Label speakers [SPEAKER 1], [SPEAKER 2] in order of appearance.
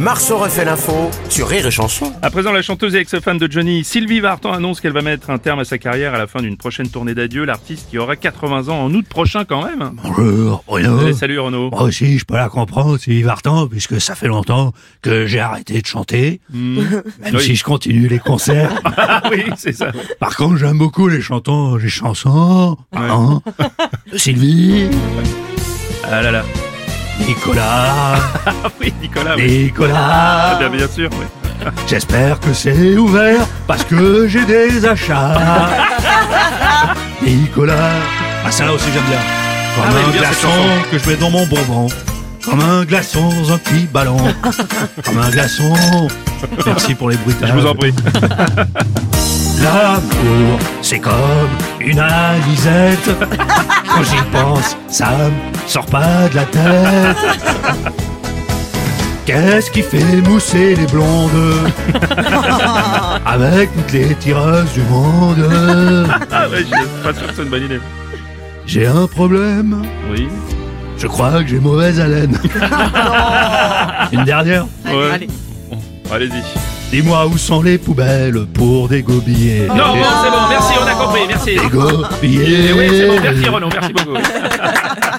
[SPEAKER 1] Marceau refait l'info sur Rire et Chanson.
[SPEAKER 2] À présent, la chanteuse et ex-femme de Johnny, Sylvie Vartan, annonce qu'elle va mettre un terme à sa carrière à la fin d'une prochaine tournée d'adieu. L'artiste qui aura 80 ans en août prochain quand même.
[SPEAKER 3] Bah Bonjour, Bruno.
[SPEAKER 2] Allez, salut Renaud.
[SPEAKER 3] Moi aussi, Ah, je peux la comprendre, Sylvie Vartan, puisque ça fait longtemps que j'ai arrêté de chanter, même
[SPEAKER 2] Hmm. Oui.
[SPEAKER 3] si je continue les concerts.
[SPEAKER 2] Ah oui, c'est ça.
[SPEAKER 3] Par contre, j'aime beaucoup les chantons, les chansons, pardon, de Sylvie,
[SPEAKER 2] Ah là là.
[SPEAKER 3] Nicolas,
[SPEAKER 2] Ah oui, Nicolas. oui. Ah,
[SPEAKER 3] Nicolas.
[SPEAKER 2] bien, bien sûr, oui.
[SPEAKER 3] J'espère que c'est ouvert, parce que j'ai des achats. Nicolas. Ah, ça là aussi, j'aime bien. Comme
[SPEAKER 2] Ah, j'aime
[SPEAKER 3] un
[SPEAKER 2] bien cette
[SPEAKER 3] glaçon
[SPEAKER 2] chanson.
[SPEAKER 3] que je mets dans mon bonbon. Comme un glaçon dans un petit ballon. Comme un glaçon. Merci pour les bruitages.
[SPEAKER 2] Je vous en prie.
[SPEAKER 3] L'amour, c'est comme une alisette. Quand j'y pense, ça me sort pas de la tête. Qu'est-ce qui fait mousser les blondes Avec toutes les tireuses du monde.
[SPEAKER 2] Ah ouais, je suis pas sûr que c'est une bonne idée.
[SPEAKER 3] J'ai un problème,
[SPEAKER 2] Oui.
[SPEAKER 3] je crois que j'ai mauvaise haleine. Une dernière
[SPEAKER 2] Ouais.
[SPEAKER 4] allez.
[SPEAKER 2] Bon, allez-y.
[SPEAKER 3] Dis-moi où sont les poubelles pour dégobiller.
[SPEAKER 2] Non, bon, c'est bon, merci, on a compris, merci.
[SPEAKER 3] Dégobiller.
[SPEAKER 2] Oui, c'est bon, merci Renaud, merci beaucoup.